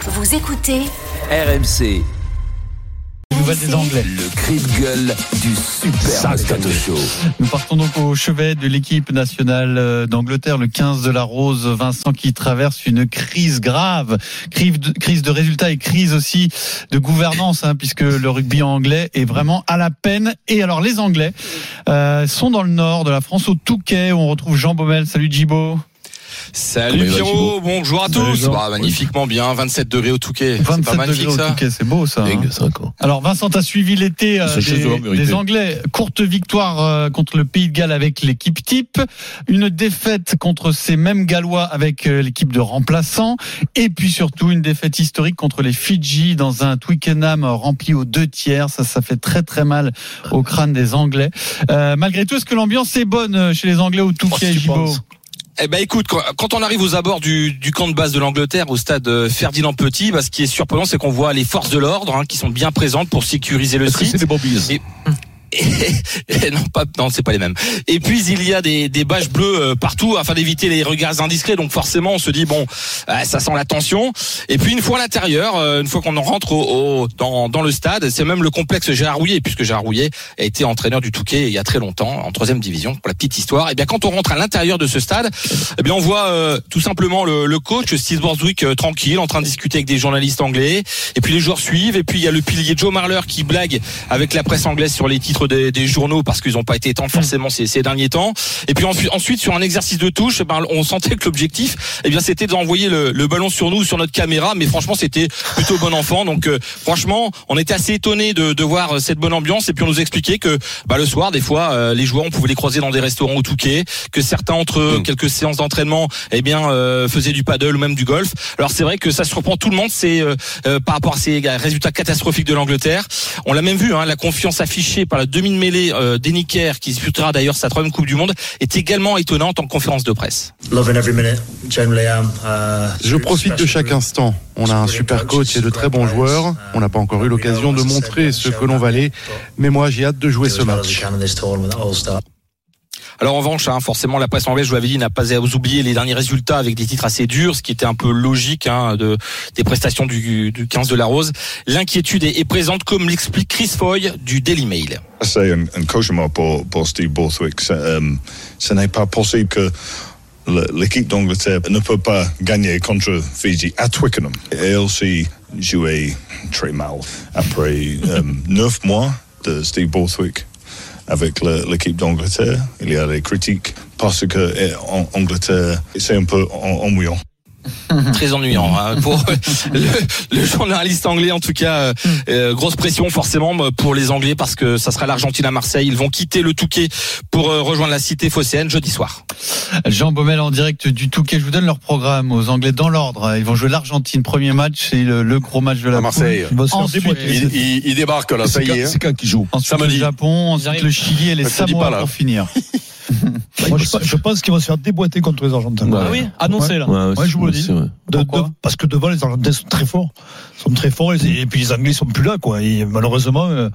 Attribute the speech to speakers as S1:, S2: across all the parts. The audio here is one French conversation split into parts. S1: Vous écoutez
S2: RMC,
S3: Nouvelle des Anglais.
S2: le cri de gueule du super
S3: Ça,
S2: Moscato
S3: c'est
S2: Show.
S3: Nous partons donc au chevet de l'équipe nationale euh, d'Angleterre, le 15 de la Rose, Vincent qui traverse une crise grave, crise de, crise de résultats et crise aussi de gouvernance, hein, puisque le rugby anglais est vraiment à la peine. Et alors les Anglais euh, sont dans le nord de la France, au Touquet, où on retrouve Jean Baumel. Salut Djibo.
S4: Salut
S2: Comment il va,
S4: Pierrot, bonjour à
S3: Salut,
S4: tous.
S3: Jean.
S4: Bah, magnifiquement bien, 27 degrés au Touquet. C'est pas
S3: 27 degrés
S4: magnifique
S3: au
S4: ça
S3: Touquet, c'est beau ça. hein.
S5: Dingue, ça, quoi.
S3: Alors Vincent, t'as suivi l'été euh,
S5: C'est chez eux,
S3: des,
S5: mérité.
S3: des Anglais. Courte victoire euh, contre le Pays de Galles avec l'équipe type, une défaite contre ces mêmes Gallois avec euh, l'équipe de remplaçants, et puis surtout une défaite historique contre les Fidji dans un Twickenham rempli aux deux tiers. Ça, ça fait très très mal au crâne des Anglais. Euh, malgré tout, est-ce que l'ambiance est bonne euh, chez les Anglais au
S5: Oh,
S3: Touquet, Gibo
S4: Eh ben écoute, quand, quand on arrive aux abords du, du camp de base de l'Angleterre, au stade euh, Ferdinand Petit, bah, ce qui est surprenant, c'est qu'on voit les forces de l'ordre hein, qui sont bien présentes pour sécuriser le
S5: Est-ce que
S4: site.
S5: c'est des bombies
S4: Et non, pas, non, c'est pas les mêmes. Et puis il y a des, des bâches bleues euh, partout afin d'éviter les regards indiscrets. Donc forcément, on se dit bon, ah, ça sent la tension. Et puis une fois à l'intérieur, euh, une fois qu'on en rentre au, au- dans, dans le stade, c'est même le complexe Gérard Rouillet, puisque Gérard Rouillet a été entraîneur du Touquet il y a très longtemps en troisième division. Pour la petite histoire, et bien quand on rentre à l'intérieur de ce stade, eh bien on voit euh, tout simplement le, le coach Steve Borswick euh, tranquille, en train de discuter avec des journalistes anglais. Et puis les joueurs suivent. Et puis il y a le pilier Joe Marler qui blague avec la presse anglaise sur les titres des, des journaux parce qu'ils n'ont pas été tant forcément ces, ces derniers temps. Et puis ensuite, ensuite sur un exercice de touche, ben, on sentait que l'objectif, eh bien, c'était d'envoyer le, le ballon sur nous, sur notre caméra. Mais franchement, c'était plutôt bon enfant. Donc euh, franchement, on était assez étonné de, de voir euh, cette bonne ambiance. Et puis on nous expliquait que bah, le soir, des fois, euh, les joueurs, on pouvait les croiser dans des restaurants au Touquet, que certains entre eux, quelques séances d'entraînement, eh bien, euh, faisaient du paddle ou même du golf. Alors c'est vrai que ça surprend tout le monde. C'est euh, euh, par rapport à ces résultats catastrophiques de l'Angleterre. On l'a même vu, hein, la confiance affichée par la demi-mêlée euh, d'Eddie Kerr, qui disputera d'ailleurs sa troisième Coupe du Monde, est également étonnante en conférence de presse.
S6: Loving every minute, generally am. Uh,
S7: Je profite de chaque instant. On a un super coach et de très bons joueurs. On n'a pas Ah encore eu l'occasion de montrer ce que l'on valait, mais moi j'ai hâte de jouer ce match.
S4: Alors en revanche, hein, forcément, la presse anglaise, je vous l'avais dit, n'a pas oublié les derniers résultats avec des titres assez durs, ce qui était un peu logique hein, de, des prestations du, du 15 de la Rose. L'inquiétude est, est présente, comme l'explique Chris Foy du Daily Mail.
S8: I say, and, and Cosimo pour, pour Steve Borthwick, ce, euh, ce n'est pas possible que le- l'équipe d'Angleterre ne peut pas gagner contre Fiji à Twickenham. Et aussi jouer très mal après euh, neuf mois de Steve Borthwick avec le- l'équipe d'Angleterre. Il y a des critiques parce que euh, en- Angleterre, c'est un peu en- ennuyant.
S4: très ennuyant hein, pour le, le journaliste anglais en tout cas euh, euh, grosse pression forcément bah, pour les anglais parce que ça sera l'Argentine à Marseille ils vont quitter le Touquet pour euh, rejoindre la cité phocéenne jeudi soir
S3: Jean Baumel en direct du Touquet. Je vous donne leur programme aux Anglais dans l'ordre. Ils vont jouer l'Argentine, premier match, c'est le, le gros match de la
S5: À Marseille.
S3: poule. Ensuite,
S5: il, il, il débarque là, ça
S7: C'est
S5: y
S7: quand-
S4: hein.
S5: est.
S7: c'est
S5: quand qui joue
S3: Ensuite le
S5: Samedi.
S3: Japon, ensuite le Chili et les
S5: Je te dis
S3: Samoa
S5: pas, là.
S3: pour finir.
S9: Moi, je, je pense qu'il va se faire déboîter contre les Argentins.
S5: Ah oui
S9: annoncé là.
S5: Ouais,
S9: je vous le dis. De-
S3: Pourquoi
S9: de- parce que devant, les Argentins sont très forts. Ils sont très forts et, et puis les Anglais sont plus là, quoi. Et malheureusement, euh,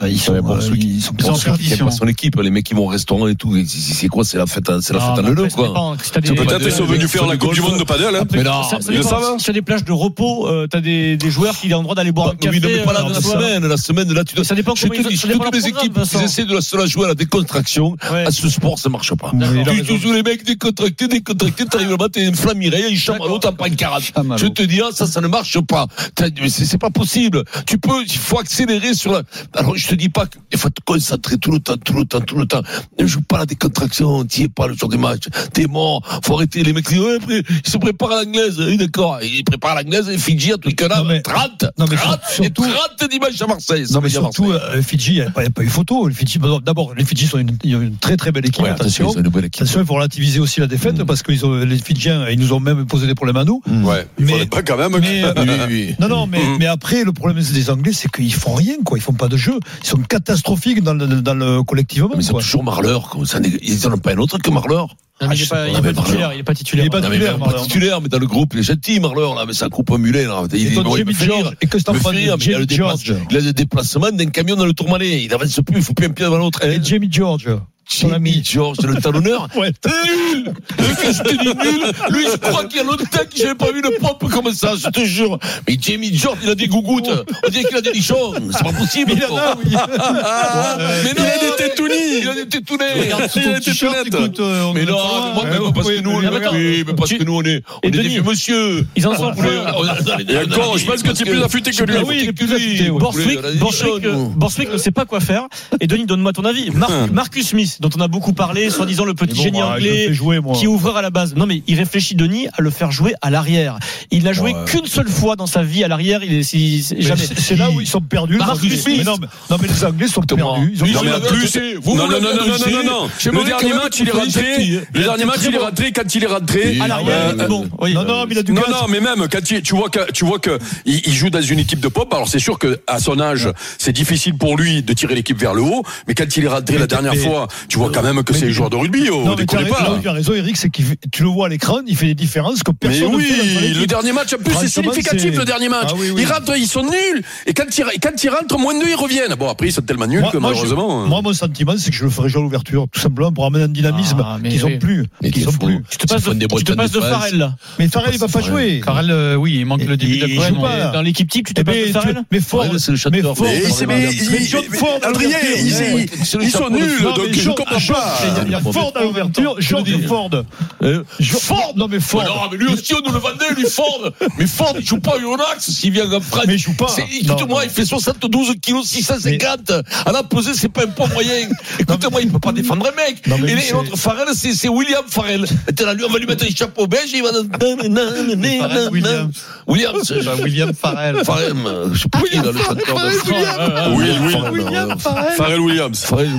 S9: bah, ils sont,
S5: Ouais, bon,
S9: euh,
S5: ceux qui-
S9: ils sont plus en
S5: Pour ceux qui n'aiment
S9: compétition.
S5: pas son équipe, les mecs qui vont au restaurant et tout, c'est- c'est c'est quoi C'est la fête, à- Ah, c'est la fête
S10: Ah,
S5: à
S10: bah,
S5: l'eau, quoi.
S10: C'est peut-être ils sont venus faire la Coupe du Monde de paddle. hein.
S5: Mais non,
S10: Ça
S5: ils le
S10: dépend.
S5: savent. hein.
S10: Si t'as des plages de repos, euh, t'as des, des joueurs qui ont le droit d'aller boire
S5: Bah,
S10: un
S5: mais
S10: café.
S5: oui, non, mais pas la,
S10: euh,
S5: la
S10: dans la-
S5: semaine, la semaine, là, tu dois.
S10: Ça dépend
S5: Je
S10: comment ils
S5: te dis,
S10: ça
S5: je
S10: dépend
S5: toutes les
S10: leur
S5: équipes
S10: programme,
S5: qui
S10: Vincent.
S5: essaient de la, se la jouer à la décontraction,
S10: Ouais.
S5: à ce sport, ça marche pas.
S9: Oui, il a
S5: Tu,
S9: raison.
S5: tu joues les mecs décontractés, décontractés, t'arrives là-bas, t'es inflamiré, ils chantent à l'autre, t'en prends 40.
S3: Chamallow.
S5: Je te dis, ah, ça, ça ne marche pas. T'as- mais C'est c'est pas possible. Tu peux, il faut accélérer sur la. Alors, je te dis pas qu'il faut te concentrer tout le temps, tout le temps, tout le temps. Ne joue pas la décontraction, t'y es pas le jour des matchs. T'es mort. Faut arrêter. Les mecs disent, ouais, après, ils se préparent à l'anglaise. Oui, d'accord. Ils préparent à l'anglaise et Fidji à tout
S9: Non, mais-
S5: 30.
S9: non, mais
S5: 30
S9: surtout-
S5: et 30 dimanches à Marseille. Ça
S9: Non
S5: veut
S9: mais
S5: dire
S9: surtout
S5: Marseille.
S9: euh, Fidji, il n'y a, pas il y a pas eu photo. Les Fidji, bon, d'abord, les Fidji sont une, ils ont une très très belle équipe.
S5: Ouais, attention,
S9: attention,
S5: ils ont une nouvelle équipe.
S9: attention, il faut relativiser aussi la défaite
S5: Mm.
S9: parce que ils ont, les Fidjiens, ils nous ont même posé des problèmes à nous.
S5: Ouais.
S9: Mais-
S5: fallait pas quand même.
S9: mais, euh,
S5: Oui, oui,
S9: Non, non, mais, mais après, le problème des Anglais, c'est qu'ils font rien, quoi. Ils font pas de jeu. Ils sont catastrophiques dans le, dans le collectivement.
S5: oui. Mais c'est
S9: quoi.
S5: toujours Marleur. quoi. Ça n'est- Ils n'en ont pas un autre que Marleur.
S10: Non, mais il est pas- il est
S5: Ah, mais
S10: pas titulaire,
S5: Marleur.
S10: il est pas titulaire.
S9: Il est pas
S5: Non, mais
S9: titulaire,
S5: même pas
S9: Marleur.
S5: titulaire, mais dans le groupe, il est gentil, Marleur, là, mais c'est un groupe mulet, là. Il,
S9: Et
S5: il,
S9: donc,
S5: bon, il me
S9: Jamie
S5: fait
S9: George,
S5: rire.
S9: et que c'est
S5: Il
S9: en
S5: me fait
S9: France,
S5: rire, mais il a le
S9: Jamie
S5: déplace-
S9: George.
S5: il a des déplacements d'un camion dans le tourmalet. Il avance plus, il faut plus un pied devant l'autre. Eh,
S9: Et Jamie George, Son ami.
S5: Jimmy George, le talonneur.
S9: Ouais.
S5: Nul Le fils de dit nul Lui, je crois qu'il y a longtemps que j'avais pas vu le propre comme ça, je te jure. Mais Jimmy George, il a des gougouttes. On dirait qu'il a des nichons. C'est pas possible. quoi. Ah, Mais non, il a des tétounis. Il a des tétounés.
S3: Il a écoute, euh, on
S5: Mais
S3: est
S5: non,
S3: pas
S5: moi,
S3: loin.
S5: mais
S3: Ouais,
S5: parce que nous, on
S3: oui, oui,
S5: est,
S3: oui.
S5: oui, mais parce que nous, on est, on
S10: Et
S5: est des
S10: Denis.
S5: vieux monsieur. Ah,
S10: Ils en
S5: On
S10: sont
S5: est-
S10: plus.
S5: on est-
S4: Et encore, je pense que tu es plus affûté que lui.
S10: Ah oui, il est plus affûté, ouais. Borswick,
S5: on a des
S10: Borswick,
S5: nichons,
S10: euh,
S5: nous.
S10: Borswick ne sait pas quoi faire. Et Denis, donne-moi ton avis. Mar-
S5: Hum.
S10: Marcus Smith, dont on a beaucoup parlé, soi-disant le petit
S9: Bon,
S10: génie
S9: bah, je le
S10: anglais,
S9: fais jouer, moi.
S5: hein.
S10: qui est ouvreur à la base. Non, mais il réfléchit, Denis, à le faire jouer à l'arrière. Il n'a joué
S5: Ouais.
S10: qu'une seule fois dans sa vie à l'arrière. Il est, si- si-
S9: Mais
S10: jamais.
S9: c'est- C'est là où ils sont perdus.
S10: Marcus
S9: Marcus
S10: Smith.
S9: Mais non, mais- non, mais les Anglais sont
S5: Thomas.
S9: perdus. Ils ont
S5: Lui,
S4: Non, mais en plus,
S5: vous,
S4: non,
S5: vous
S4: non,
S5: l'avez
S4: non, non, non,
S5: annoncé.
S4: non, non.
S5: J'aimerais
S4: Le dernier
S5: quand même
S4: match,
S5: que
S4: il est
S5: vous acceptiez,
S4: rentré.
S5: hein.
S4: Le dernier match,
S10: très
S4: il est
S10: bon.
S4: rentré. Quand il est rentré,
S5: Et-
S10: À l'arrière,
S4: Euh,
S10: c'est bon. Oui.
S9: Non, non, mais il a du
S4: Non,
S9: classe.
S4: non, mais même quand tu, tu vois que tu vois que il, il joue dans une équipe de pop. Alors c'est sûr que à son âge, c'est difficile pour lui de tirer l'équipe vers le haut. Mais euh, quand il est rentré la dernière fois, tu vois quand même que c'est les joueurs de rugby. Oh,
S9: Non, mais tu as,
S4: déconnez
S9: raison- là
S4: pas.
S9: où tu as raison, Eric, c'est que tu le vois à l'écran, il fait des différences que
S4: Mais
S9: personne ne fait dans son
S4: oui,
S9: équipe.
S4: le dernier match, en plus, c'est
S9: Franchement,
S4: significatif,
S9: c'est-
S4: le dernier match.
S9: Ah oui, oui.
S4: Ils rentrent, ils sont nuls. Et quand ils, et quand ils rentrent, moins de deux, ils reviennent. Bon, après, ils sont tellement nuls que
S9: je-
S4: malheureusement. hein.
S9: moi, mon sentiment, c'est que je le ferai jouer à l'ouverture, tout simplement, pour amener un dynamisme
S10: Ah, mais
S9: qu'ils
S10: oui.
S9: ont plus.
S5: Mais
S9: Qu'ils
S5: t'es
S9: ont
S5: fou.
S9: plus.
S10: Tu te passes
S5: Ils font des
S10: de, tu te
S5: Bretons
S10: passes
S5: de
S10: de Farrell, là.
S9: Mais Farrell, il va pas
S5: Ouais.
S9: jouer.
S3: Farrell, euh, oui, il manque le début
S9: Il- il
S3: d'après.
S9: joue
S3: mais-
S9: pas.
S10: Dans l'équipe type, tu
S9: Eh
S10: te passes
S9: ben,
S10: de
S9: tu-
S10: Farrell
S9: mais fort,
S5: Farrell, c'est le
S9: mais
S5: chanteur.
S9: fort,
S4: Mais
S5: il
S4: c'est- mais-
S9: Mais John
S4: il-
S9: Ford,
S4: Adrien,
S9: l'ouverture.
S4: ils-
S9: Ouais.
S5: C'est le
S4: ils sont
S5: chapeau de
S4: nuls,
S9: Non, mais
S4: donc je
S9: Jean-
S4: comprends
S9: Jean-
S4: pas.
S9: Il y a Ford à l'ouverture, George Ford. Euh, Ford, non mais
S5: Hein Mais
S9: Ford.
S5: non, mais lui aussi, on nous le vendait, lui, Ford. Mais Ford, il joue pas au axe s'il vient en France.
S9: Mais il joue pas.
S5: C'est-
S9: Non, non.
S5: Écoute-moi, il fait 72 kilos, 650. À la pesée, c'est pas un poids moyen. Écoute-moi, il peut pas défendre un mec.
S9: Non, mais
S5: Et
S9: lui,
S5: les-
S9: c'est-
S5: l'autre Farrell, c'est c'est William Farrell. Et t'es là, lui, on va lui mettre un chapeau belge et il va dans.
S3: Farrell Williams.
S5: Williams.
S3: Bah, William Farrell.
S5: Farrell, euh, je sais pas qui dans le chanteur de
S9: Ah,
S5: France.
S4: Will, Will.
S5: Farrell, euh,
S4: Pharrell Williams.
S5: Farrell Williams.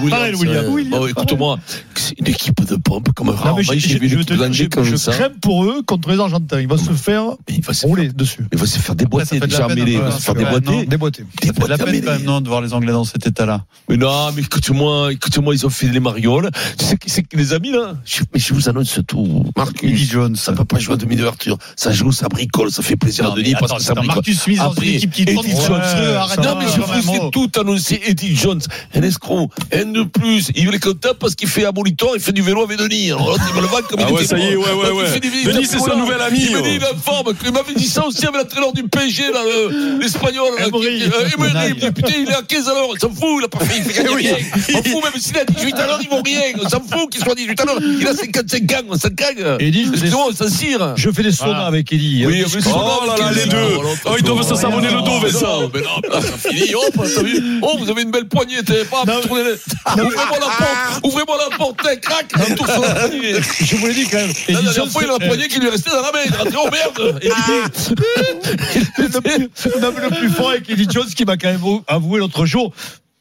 S9: Farrell Williams.
S5: ouais. Bon, écoute-moi, c'est une équipe de pompe comme
S9: Non,
S5: rarement
S9: mais je, je-
S5: Ah, j'ai vu
S9: je
S5: une
S9: te-
S5: équipe
S9: je-
S5: d'Angers
S9: je
S5: comme ça.
S9: crains pour eux contre les Argentins. Ils vont se faire
S5: Mais il va se
S9: rouler dessus.
S5: il va se faire
S3: fait
S5: déboîter
S3: de la hein.
S5: déjà,
S3: peine,
S5: mêlé. Il va
S9: hein.
S3: ouais,
S5: se faire
S3: ouais, non.
S5: déboîter.
S9: Déboîté.
S3: C'est de la peine
S5: Déboîter,
S3: quand même, non, de voir les Anglais dans cet état-là.
S5: Mais non, mais écoute-moi, écoute-moi, ils ont fait les marioles. Tu sais qui c'est que les amis, là? Je- mais je vous annonce tout.
S3: Eddie
S5: Marcus,
S3: Jones.
S5: ça peut pas jouer à demi d'ouverture. Ça joue, ça bricole, ça fait plaisir
S3: Non,
S5: à
S3: mais
S5: Denis parce
S3: attends,
S5: que ça
S3: t'as
S5: bricole.
S3: Marcus Smith dans une
S5: Après,
S3: équipe qui est
S5: Eddie
S3: trop
S5: Jones. euh,
S4: euh,
S3: monstrueux, arrête
S5: non, mais je
S3: quand même,
S5: vous ai
S3: oh.
S5: tout annoncé. Eddie Jones, un escroc, un de plus. Il est content parce qu'il fait un monitor, il fait du vélo avec Denis. Alors, l'autre, il me le vend comme
S4: Ah
S5: il
S4: ouais,
S5: était
S4: ça y est,
S5: mort.
S4: ouais, ouais,
S5: L'autre, il
S4: ouais.
S5: fait des visites
S4: Denis,
S5: à
S4: c'est
S5: Poula.
S4: son nouvel ami,
S5: Il me
S4: oh.
S5: dit, il est en forme. Il m'avait dit ça aussi avec l'entraîneur du PSG, là, le- l'Espagnol. là, qui-
S9: Emery.
S5: euh, Emery, il me dit, putain, il est à 15 alors. On s'en fout, il a pas fait, il fait gagner rien. On s'en fout, même s'il est à 18 alors, ils vont rien. On s'en fout qu'il soit à 18 alors. Il a 55 gangs, on s'en gagne.
S9: Eddie, je fais des-
S5: Excusez-moi, on s'en cire.
S9: Je fais des saunas avec Eddie.
S5: Oui,
S9: hein.
S5: mais
S4: Oh là là, les deux. Oh, ils doivent se savonner le dos,
S9: Oh,
S4: Vincent.
S5: ça. Mais non, mais là, ça finit. Hop, t'as vu Oh, vous avez une belle poignée, t'avais pas à tourner les- Ouvrez-moi la porte, ouvrez-moi la porte, t'es crac on tourne sur la poignée.
S9: Je vous l'ai dit quand même.
S5: La
S9: Eddie
S5: dernière
S9: Jones,
S5: fois, il a la poignée qui lui restait dans la main. Il est rentré, oh merde Et
S9: le, plus, non, mais le plus fort avec Eddie Jones qui m'a quand même avoué l'autre jour.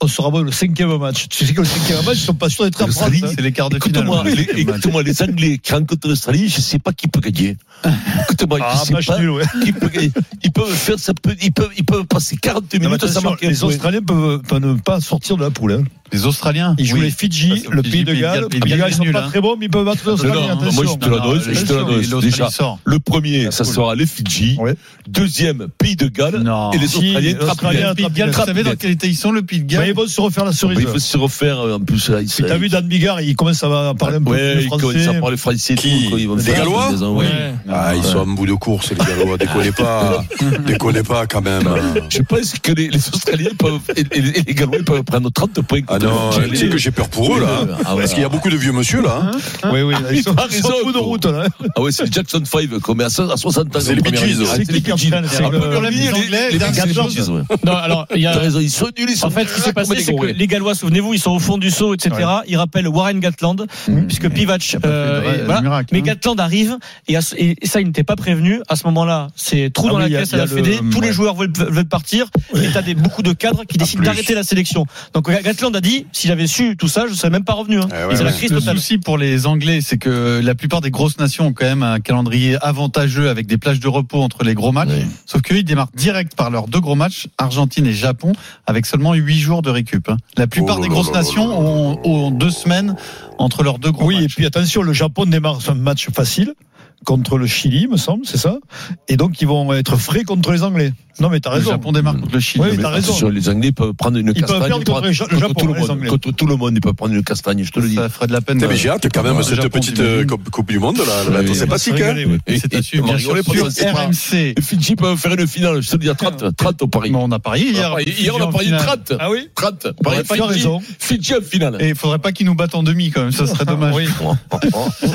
S9: On sera bon le cinquième match. Tu sais que le cinquième match, ils sont pas sûrs d'être en France.
S5: Australie,
S9: hein.
S3: C'est les quarts de finale.
S5: Écoute-moi,
S3: ouais.
S5: les, écoute-moi, les Anglais qui rencontrent l'Australie, je sais pas qui peut gagner. Écoute-moi, je
S9: Ah,
S5: sais
S9: match
S5: pas
S9: nul, ouais.
S5: qui peut gagner. Ils peuvent faire, ça peut, ils peuvent, ils peuvent passer 40
S9: Non, mais
S5: minutes
S9: attention,
S5: sans marquer. un
S9: les
S5: point.
S9: Australiens peuvent, peuvent ne pas sortir de la poule. hein.
S3: Les Australiens.
S9: Ils jouent
S3: oui.
S9: les Fidji,
S3: Parce que
S9: le pays de Galles.
S3: Pays de
S9: Les
S3: Galles,
S9: gars, ils
S3: c'est
S9: sont
S3: nul,
S9: pas
S3: hein.
S9: très bons, mais ils peuvent battre les
S5: Non,
S9: Australiens.
S5: non, moi,
S9: attention.
S5: je te l'annonce, je te l'annonce.
S3: L'Australie
S5: Déjà,
S3: sort.
S5: Le premier, ça
S9: cool.
S5: sera les Fidji.
S9: Ouais.
S5: Deuxième, pays de Galles.
S3: Non.
S5: Et les
S9: Si,
S5: Australiens,
S9: les Australiens,
S5: Australiens
S3: Le Pays de Galles, vous
S9: Trappe-
S3: savez dans quel état ils sont, le Pays de
S9: Mais
S3: Galles
S9: ils vont se refaire la cerise.
S5: Il faut se refaire euh, en plus. là, ils-
S9: T'as vu Dan Bigard, il commence à parler un peu
S5: Ouais,
S9: plus
S5: ils
S9: français.
S5: commencent à parler français. et
S4: Qui
S5: tout, quoi, ils vont
S4: Des
S5: faire
S4: Gallois
S5: des ans, ouais.
S4: Ah, ils sont en bout de course, les Gallois. Déconnez pas. Déconnez pas, quand même.
S5: Je pense que les, les Australiens peuvent, et, et- et les Gallois ils peuvent prendre 30 points.
S4: Ah
S5: contre
S4: non,
S5: les-
S4: tu sais que j'ai peur pour eux, là.
S5: Ah ouais.
S4: Parce qu'il y a beaucoup de vieux monsieur, là. hein.
S9: Oui, oui, ils sont
S5: t'as
S9: ils sont
S5: raison,
S9: au bout de
S5: gros.
S9: route. là.
S5: Ah ouais, c'est le Jackson 5 qu'on met à so- à 60 ans.
S4: C'est les Bee Gees, ouais.
S5: Ah, C'est les Bee Gees.
S9: C'est
S5: Un peu
S9: le-
S5: comme
S9: les
S5: les-
S3: Anglais,
S5: les
S3: Dark
S5: Bee Gees,
S3: Jones.
S5: ouais.
S10: Non, alors, il y
S5: T'as
S10: a.
S5: raison, ils sont nuls, ils sont
S10: En fait,
S9: Ah,
S10: ce qui s'est passé, c'est que
S5: Ouais.
S10: les Gallois, souvenez-vous, ils sont au fond du saut, etc. Ils rappellent Warren Gatland,
S9: Mmh.
S10: puisque Pivac. euh,
S3: vrai-
S10: et voilà.
S3: un miracle,
S10: Mais
S3: hein.
S10: Gatland arrive, et, à ce- et ça, il n'était pas prévenu. À ce moment-là, c'est trou
S9: Ah
S10: dans
S9: oui,
S10: la
S9: il y a-
S10: caisse
S9: il
S10: à
S9: y a
S10: la
S9: le-
S10: Fédé. Tous les joueurs veulent, veulent partir, et t'as des, beaucoup de cadres qui décident d'arrêter la sélection. Donc Gatland a dit, si j'avais su tout ça, je serais même pas revenu. Hein.
S9: Ah
S4: Eh ouais,
S10: Et c'est la
S4: ouais.
S10: crise
S3: Le
S10: totale.
S3: souci pour les Anglais, c'est que la plupart des grosses nations ont quand même un calendrier avantageux avec des plages de repos entre les gros matchs.
S5: Oui.
S3: Sauf qu'eux, ils démarrent direct par leurs deux gros matchs, Argentine et Japon, avec seulement huit jours de récup. hein. La plupart
S4: Oh
S3: des
S4: là
S3: grosses
S4: là là
S3: nations
S4: là
S3: ont, ont deux semaines entre leurs deux gros
S9: Oui, et
S3: matchs.
S9: puis attention, le Japon démarre son match facile contre le Chili, me semble, c'est ça Et donc, ils vont être frais contre les Anglais. Non, mais t'as
S3: Le
S9: raison.
S3: Japon démarre contre le Chili.
S9: Oui,
S5: Mais
S9: t'as raison.
S5: attention, les Anglais peuvent prendre une
S9: Ils peuvent
S5: castagne.
S9: perdre contre les Ja- le
S5: contre
S9: Japon,
S5: tout le
S9: les
S5: monde,
S9: Anglais.
S5: contre tout le monde, ils peuvent prendre une castagne, je te le dis.
S3: Ça ferait de la peine.
S1: Putain, mais j'ai hâte quand même
S3: Ouais,
S1: cette
S3: Japon,
S1: petite
S3: t'imagines.
S1: euh, coupe, coupe du monde là.
S5: Oui,
S1: là,
S5: oui,
S1: c'est
S5: on
S1: pas si hein.
S5: Et-
S3: C'est
S5: et-
S3: à suivre,
S5: on va
S3: bien sûr,
S5: rigoler pendant cette
S3: sur
S5: soirée.
S3: RMC.
S5: Les Fidji peuvent faire une finale, je te le dis à 30, 30 au Paris. Ah,
S3: Mais on a parié hier.
S5: Hier, on a parié 30.
S9: Ah oui
S5: 30.
S9: Ouais,
S5: Paris,
S9: tu as
S5: Fidji,
S9: raison.
S5: Fidji en finale.
S3: Et il faudrait pas qu'ils nous battent en demi quand même, ça serait dommage.
S5: Oh, oh, oh.